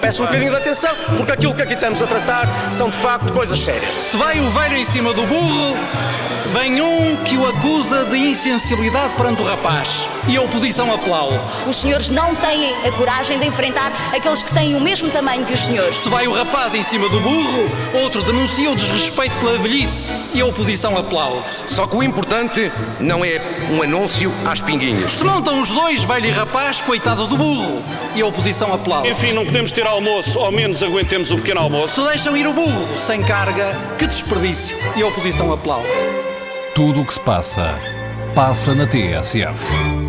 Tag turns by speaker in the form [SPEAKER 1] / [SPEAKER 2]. [SPEAKER 1] peço um bocadinho de atenção, porque aquilo que aqui estamos a tratar são de facto coisas sérias.
[SPEAKER 2] Se vai o velho em cima do burro, vem um que o acusa de insensibilidade perante o rapaz. E a oposição aplaude.
[SPEAKER 3] Os senhores não têm a coragem de enfrentar aqueles que têm o mesmo tamanho que os senhores.
[SPEAKER 2] Se vai o rapaz em cima do burro, outro denuncia o desrespeito pela velhice e a oposição aplaude.
[SPEAKER 4] Só que o importante não é um anúncio às pinguinhas.
[SPEAKER 2] Se montam os dois, velho e rapaz, coitado do burro, e a oposição aplaude.
[SPEAKER 5] Enfim, não podemos ter almoço, ao menos aguentemos o pequeno almoço.
[SPEAKER 2] Se deixam ir o burro sem carga, que desperdício, e a oposição aplaude.
[SPEAKER 6] Tudo o que se passa, passa na TSF.